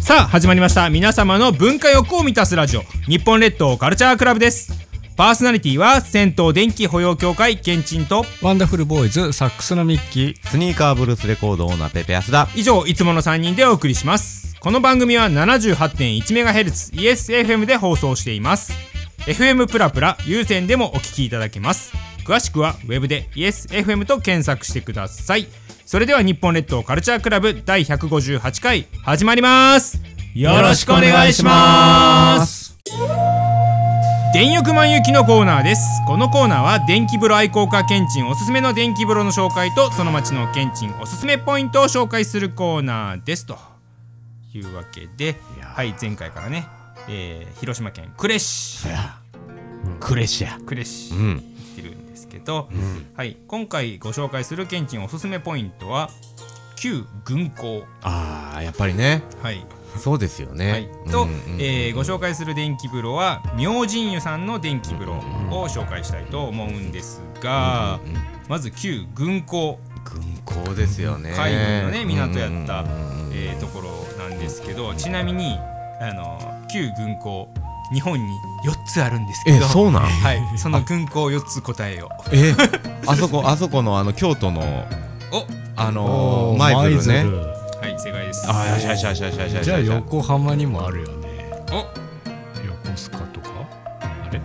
さあ始まりました皆様の文化欲を満たすラジオ日本列島カルチャークラブですパーソナリティは銭湯電気保養協会けんちんとワンダフルボーイズサックスのミッキースニーカーブルースレコードオーナーペペ安田以上いつもの3人でお送りしますこの番組は 78.1MHz イエス FM で放送しています FM プラプラ有線でもお聞きいただけます詳しくはウェブでイエス FM と検索してくださいそれでは日本列島カルチャークラブ第158回始まりますよろしくお願いします電浴満行きのコーナーですこのコーナーは電気風呂愛好家ケンチンおすすめの電気風呂の紹介とその町のケンチンおすすめポイントを紹介するコーナーですというわけではい前回からね、えー広島県呉市クレシア呉市う行んってるんですけど、はい今回ご紹介するケンチンおすすめポイントは旧軍港あーやっぱりねはいそうですよね、はい、と、うんうんえーご紹介する電気風呂は明神湯さんの電気風呂を紹介したいと思うんですが、まず旧軍港軍港ですよね海軍のね港やったうんうんうん、えーところなんですけどちなみにあの旧軍港日本に4つあるんですけえどそうなんはい、その軍港4つ答えをえあそこあそこのあの京都のおあのー、舞鶴ねはい正解ですあーよしよしよしよしよしよしじゃあ横浜にもあるよねお横須賀とかあれ違う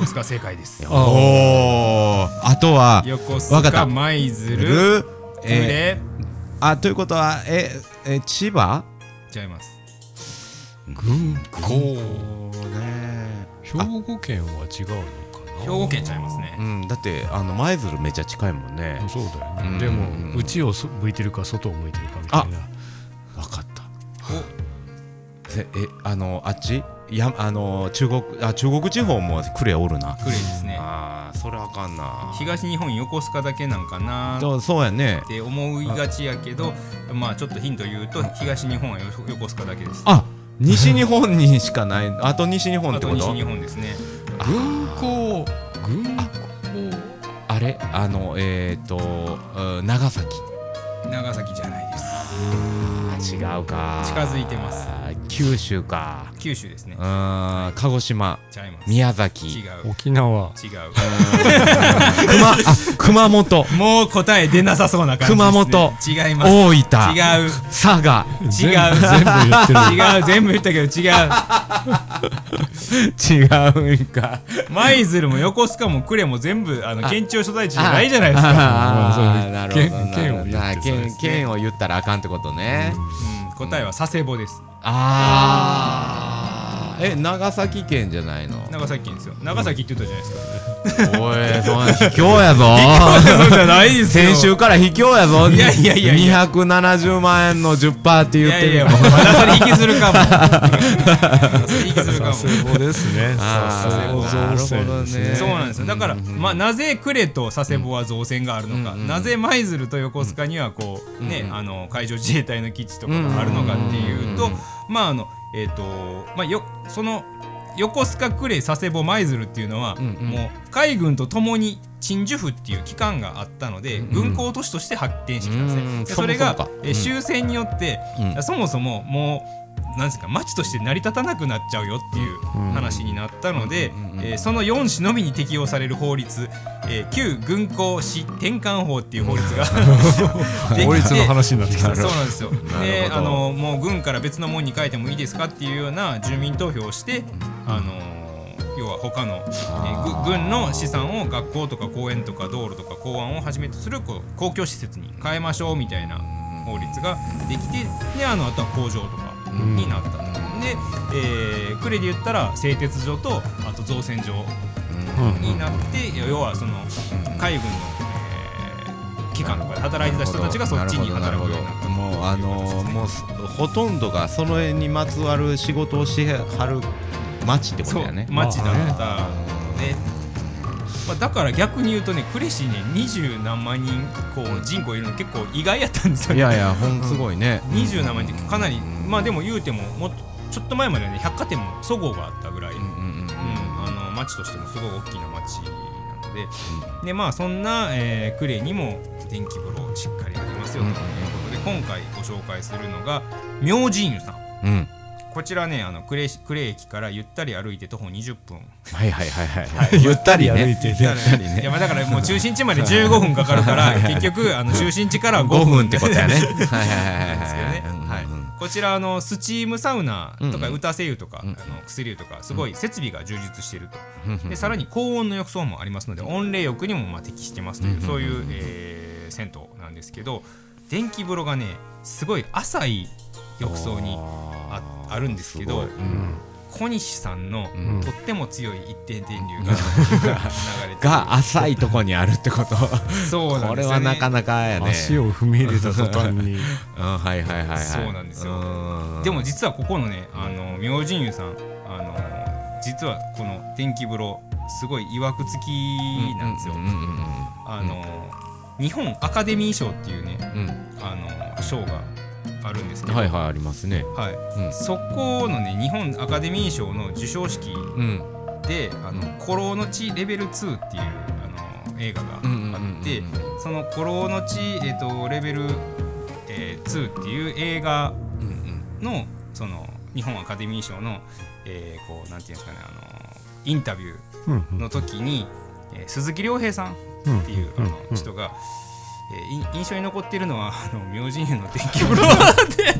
横須賀正解ですおおーあとは横わ須かった賀舞鶴る呉、えー、あということはええ千葉ちゃいます軍こうね兵庫県は違うのかな兵庫県ちゃいますねうんだってあの舞鶴めちゃ近いもんねそうだよね、うんでもうちをそ向いてるか外を向いてるかみたいなわかったせえあのあっちやあの中国あ中国地方もクレおるな呉ですねあーそれあかんな東日本横須賀だけなんかなっそうそうやねて思いがちやけどまあちょっとヒント言うと東日本は横横須賀だけですあ西日本にしかないあと西日本あってとこと西日本ですね軍港軍港あれあのえっ、ー、とうん長崎長崎じゃないですあ違うか近づいてますあー九州か九州ですねうーん鹿児島ちゃいます宮違崎う沖縄違う 熊あ熊本もう答え出なさそうな感じですね熊本違います大分違う佐賀違う全部全部 言ってる違う全部言ったけど違う違う んか舞鶴も横須賀も呉も全部あの県庁所在地じゃあないじゃないですか、ああまなあるそうほどなるほど県な県を言ってそうです県ね県を言ったらあかんってことねうん、答えは佐世保ですあーえ長崎県じゃないの長崎県ですよ長崎って言ったじゃないですかおいそんな卑怯やぞ そうじゃないですよ先週から卑怯やぞいやいやいやいや270万円の10%って言いっやてるいやまだそれ引きずるかもそれ引きずるかも佐世保ですね佐世保あー造船ですなるほどねそうなんですよだから、まあ、なぜ呉と佐世保は造船があるのか、なぜ舞鶴と横須賀にはこう、ねあの海上自衛隊の基地とかがあるのかっていうと、まああのえっ、とまあよその横須賀呉佐世保舞鶴っていうのは、もう海軍とともに鎮守府っていう機関があったので、軍港都市として発展してきたんですね。うんでそそもれそがもかえー終戦によって、うんそもそももうなんですか町として成り立たなくなっちゃうよっていう話になったので、えーその4市のみに適用される法律、えー旧軍港市転換法っていう法律ができて 法律の話になってきそたうなんですよ。でなるほどあのもう軍から別のもんに変えてもいいですかっていうような住民投票をして、あの要は他の、えーぐ軍の資産を学校とか公園とか道路とか港湾をはじめとするこう公共施設に変えましょうみたいな法律ができてであのあとは工場とかになったと。で、えー、呉で言ったら製鉄所とあと造船所になって、要はその海軍の、えー機関とかで働いてた人たちがそっちにな働るほくどようなにるなったほどもうあのーもうすほとんどがその絵にまつわる仕事をしてはる町ってことそうだよね町だったので、まあ、だから逆に言うとね呉市ね二十何万人こう人口いるの結構意外やったんですよいねやいやほんすごいね二十何万人ってかなりまあでも言うてももっとちょっと前まではね百貨店もそごうがあったぐらい、うんうんうんあの町としてもすごい大きな町なので,、でまあそんな、えー、呉にも電気風呂しっかりありますよということで、今回ご紹介するのが明神湯さんうんこちらねあの呉市呉駅からゆったり歩いて徒歩20分はいはいはいはいゆったり歩いねていてやいやまあだからもう中心地まで15分かかるから結局あの中心地から5 5分分ってことやねはいはいですよねはいうんうんうんはいこちらあのスチームサウナとか歌声湯とかあの薬湯とかすごい設備が充実しているとでさらに高温の浴槽もありますので温冷浴にもまあ適してますというそういうえー銭湯なんですけど電気風呂がねすごい浅い浴槽にああるんですけどすごい小西さんのんとっても強い一定電流が流れてが浅いとこにあるってことそうなんこでれすよねはなかなかやね足を踏み入れた途端にうんはいはいはいはいそうなんですようんでも実はここのねあの明神湯さんあの実はこの電気風呂すごい曰くつきなんですよ。うんうんうんあの日本アカデミー賞っていうねうんあの賞があるんですうけんど、はいはいありますねはいうんそこのね日本アカデミー賞の授賞式うんで「あの孤老の地レベル2」っていうあの映画があうんうんうんうんってその「孤老の地、えっとレベル、えー2」っていう映画うんうんのその日本アカデミー賞の、えーこうなんていうんですかねあのインタビュうんーの時に、えー鈴木亮平さんうんっていうあんのん人が、えーい印象に残ってるのはあの明神湯の電気風呂だって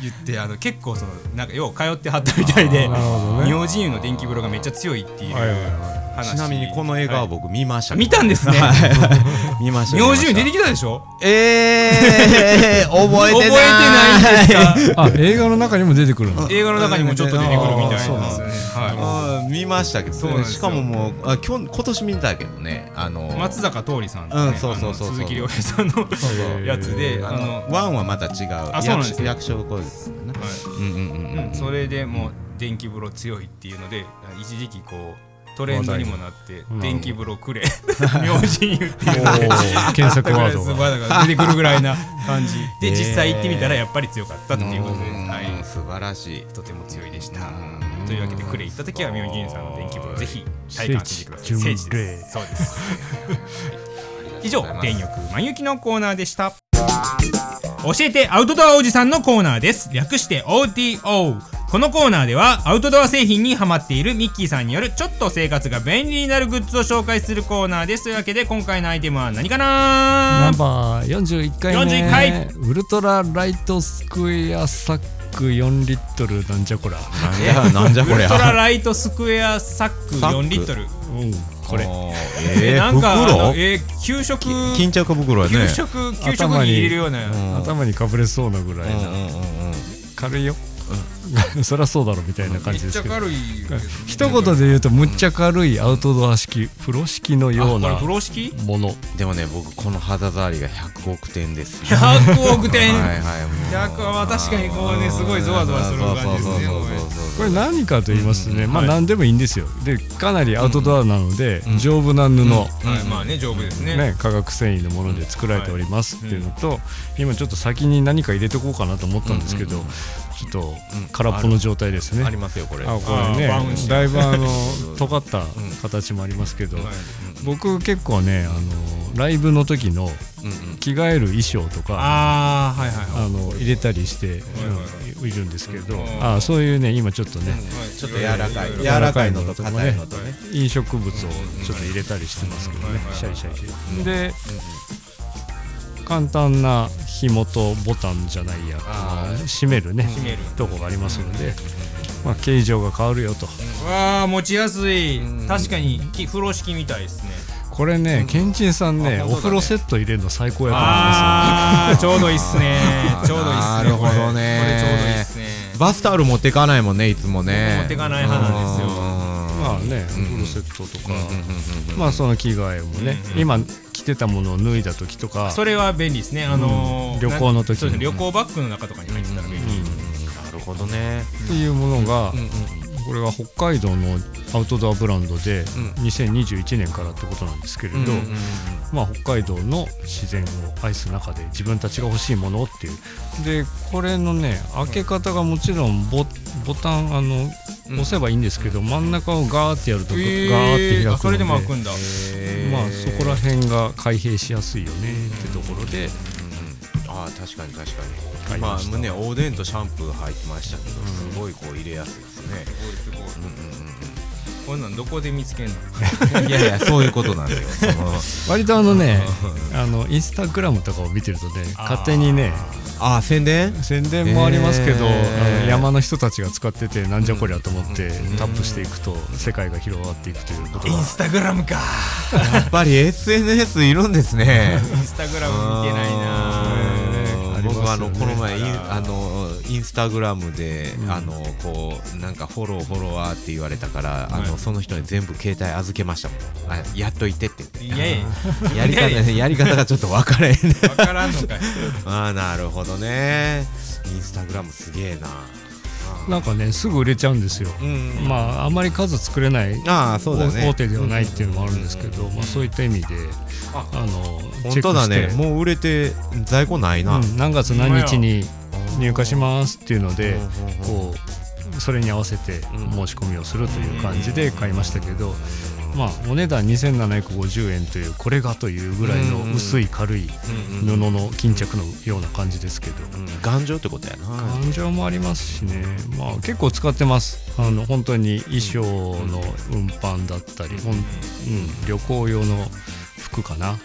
言ってあの結構そのなんかよう通ってはったみたいであーなるほどね明神湯の電気風呂がめっちゃ強いっていうはいはい話はちなみにこの映画は僕見ましたあ見たんですね 見ました明神湯出ててきたでしょえー覚え覚えててな いないんですかいあ映画の中にも出てくるの 映画の中にもちょっと出てくるみたいなんですよね。はあー見ましたけどそうなんねですよしかももうあ今日今年見たけどねあのい、松坂桃李さんとうねんそうそうそあうそうの鈴木亮平さんのやつでああの、のワンはまた違うあそうなんですよ役所役所講座ですよねはうんうんうんいうんそれでもう電気風呂強いっていうので一時期こうトレンドにもなって「電気風呂くれ」「明神湯」っていうおー検索ワ ードがワードが出てくるぐらいな感じでへー実際行ってみたらやっぱり強かったっていうことで、んはい、素晴らしいとても強いでしたうんというわけでクレ行った時は明神湯さんの電気風呂ぜひ体感してみてください聖聖地地ですそうです 以上あり電が力満雪のコーナーでした教えてアウトドアおじさんのコーナーです略して OTO このコーナーではアウトドア製品にハマっているミッキーさんによるちょっと生活が便利になるグッズを紹介するコーナーですというわけで今回のアイテムは何かナなンバー41回目41回ウルトラライトスクエアサック4リットルなんじゃこらなんじゃなんじゃこウれルトラライトスクエアサック4リットルこれえー なんかあの袋えー給食巾着袋やね給食給食に入れるような、ん頭にかぶれそうなぐらういんうなんうんうん軽いよ そりゃそうだろみたいな感めっじでちすゃけど軽いけどね一言で言うとむっちゃ軽いアウトドア式風呂式のあようこれな風呂敷 ものでもね僕この肌触りが100億点ですよ100億点はいはいもう100は確かにこうねすごいゾワゾワする感じですねそうそうそうそうこれ何かと言いますとね、まあ何でもいいんですよでかなりアウトドアなので、ん丈夫な布、はいまあね丈夫ですねね、化学繊維のもので作られておりますっていうのと、今ちょっと先に何か入れておこうかなと思ったんですけど、ちょっと空っぽの状態ですね、ありますよこれあこれあーバウンねスだいぶあの尖った形もありますけど、はい僕結構ねあのライブの時のうんうん着替える衣装とかああはいはいはいあの入れたりしてはいはいうんいるんですけど、んあーそういうね今ちょっとね、ちょっと柔らかい柔はらかいのと硬いのとね飲食物をちょっと入れたりしてますけどね、シャリシャリしてで、簡単な紐とボタンじゃないやあーあの締めるねめるとこがありますので、まあ、形状が変わるよと、わあ持ちやすい確かにき風呂敷みたいですねこれねけんちんさんあ本ね当だねお風呂セット入れるの最高やと思いまああちょうどいいっすねちょうどいいっすねなるほどねこれこれちょうどいいっすねバスタオル持ってかないもんねいつもね持ってかない派なんですよすまあねお風呂セットとか、まあその着替えもね、今着てたものを脱いだ時とかそれは便利ですねあのー旅行の時にそうですね旅行バッグの中とかに入ってたら便利なるほどねっていうものが、これが北海道のアウトドアブランドで、2021年からってことなんですけれど、まあ、北海道の自然を愛す中で自分たちが欲しいものをっていうでこれのね開け方がもちろんボボタンあの押せばいいんですけど、真ん中をガーってやるとガーって開くので、あそれでも開くんだまあ、そこら辺が開閉しやすいよねってところで、あはい確かに確か買にいまあました胸おでんとシャンプー入ってましたけどすごいこう入れやすいですねすごいすごいこんなんどこで見つけんのいやいやそういうことなんです よその割とあのねあのインスタグラムとかを見てるとね勝手にねああ宣伝宣伝もありますけど、へーあの山の人たちが使っててなんじゃこりゃと思ってタップしていくと世界が広がっていくということインがスタグラムかやっぱり SNS いるんですねインスタグラム見てないなあーありますよね僕はあのこの前インあのインスタグラムで、あのこうなんかフォローフォロワーって言われたから、あのその人に全部携帯預けましたもんあやっといてっていやい言ってやり方やり方がちょっと分からへんやわからんのかい ああなるほどねインスタグラムすげえななんかねすぐ売れちゃうんですよ、うんまああんまり数作れないああそうだ大ね手ではないっていうのもあるんですけど、まあ、そういった意味であの本チェック当だして、ねもう売れて在庫ないな、うん、何月何日に入荷しますっていうのでこうそれに合わせて申し込みをするという感じで買いましたけど、まあ、お値段2750円というこれがというぐらいの薄い軽い布の巾着のような感じですけどうん頑丈ってことやな感情もありますしね、まあ、結構使ってますあの本当に衣装の運搬だったり、ほんうん、旅行用の服かな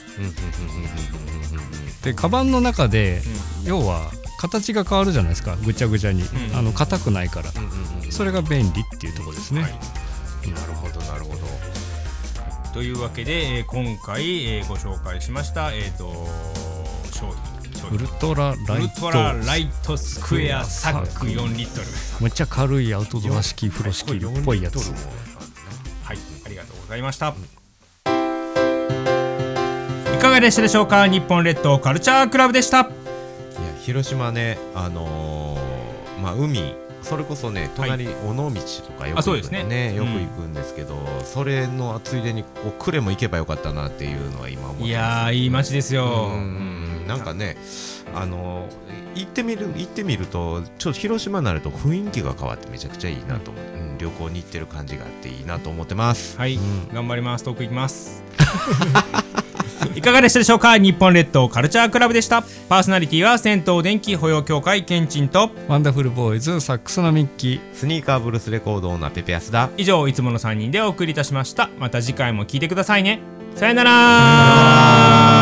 でカバンの中で、要は形が変わるじゃないですかぐちゃぐちゃに、んあの硬くないから、なそれが便利っていうところですね、るほどなるほどというわけで、えー今回、えーご紹介しました、えー、と商品商ウ品ルトララウイルトララトイトスクエアサック4リットルめっちゃ軽いアウトドア式風呂敷っぽいやつはいありがとうございましたいかがでしたでしょうか日本列島カルチャークラブでしたいや広島ねあのーまあ海それこそね隣尾道とかよあくそうで行くすのねねうよんく行くんですけど、それのついでにこう呉も行けばよかったなっていうのは今思ってますいやーいい街ですようんなんかねあのー行ってみる行ってみるとちょっと広島になると雰囲気が変わってめちゃくちゃいいなと、うん旅行に行ってる感じがあっていいなと思ってますはい、頑張ります遠く行きます いかがでしたでしょうか日本列島カルチャークラブでしたパーソナリティは銭湯電気保養協会ケンチンとワンダフルボーイズサックスのミッキースニーカーブルースレコードオーナーペペアスだ以上いつもの3人でお送りいたしましたまた次回も聞いてくださいねさよなら